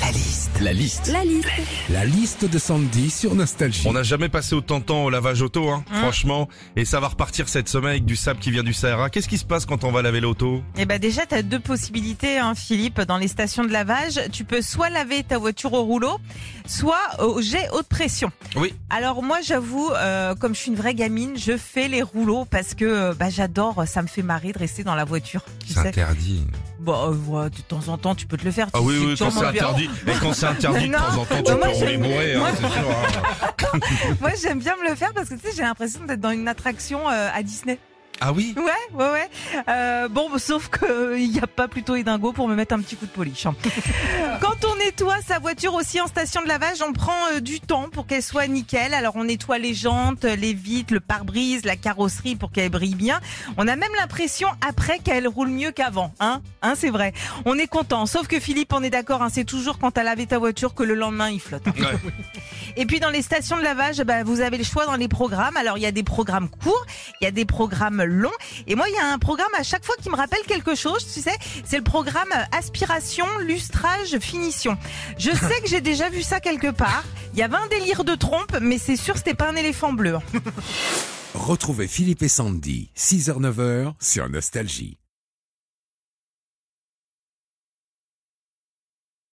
La liste. La liste. La liste. La liste de Sandy sur Nostalgie. On n'a jamais passé autant de temps au lavage auto, hein, franchement. Et ça va repartir cette semaine avec du sable qui vient du Sahara. Qu'est-ce qui se passe quand on va laver l'auto Eh ben déjà, tu as deux possibilités, hein, Philippe, dans les stations de lavage. Tu peux soit laver ta voiture au rouleau, soit au jet haute pression. Oui. Alors moi, j'avoue, euh, comme je suis une vraie gamine, je fais les rouleaux parce que euh, bah, j'adore, ça me fait marrer de rester dans la voiture. Tu C'est sais. interdit. Bah, euh, ouais, de temps en temps, tu peux te le faire. Ah tu- oui, tu oui, quand tournes c'est au bureau. interdit. Et quand c'est interdit, de Non. bah, temps en temps, tu Moi, peux rouler j'aime- bourré, hein, moi- c'est sûr. hein. Moi, j'aime bien me le faire parce que tu sais, j'ai l'impression d'être dans une attraction euh, à Disney. Ah oui Ouais, ouais, ouais. Euh, bon, bah, sauf que il n'y a pas plutôt et dingo pour me mettre un petit coup de polish. hein. Quand on nettoie sa voiture aussi en station de lavage, on prend euh, du temps pour qu'elle soit nickel. Alors on nettoie les jantes, les vitres, le pare-brise, la carrosserie pour qu'elle brille bien. On a même l'impression après qu'elle roule mieux qu'avant. Hein, hein, c'est vrai. On est content. Sauf que Philippe, on est d'accord. Hein, c'est toujours quand t'as lavé ta voiture que le lendemain il flotte. Ouais. Et puis dans les stations de lavage, bah, vous avez le choix dans les programmes. Alors il y a des programmes courts, il y a des programmes longs. Et moi, il y a un programme à chaque fois qui me rappelle quelque chose, tu sais. C'est le programme euh, aspiration, lustrage, finition. Je sais que j'ai déjà vu ça quelque part. Il y avait un délire de trompe, mais c'est sûr c'était pas un éléphant bleu. hein. Retrouvez Philippe et Sandy, 6h-9h sur Nostalgie.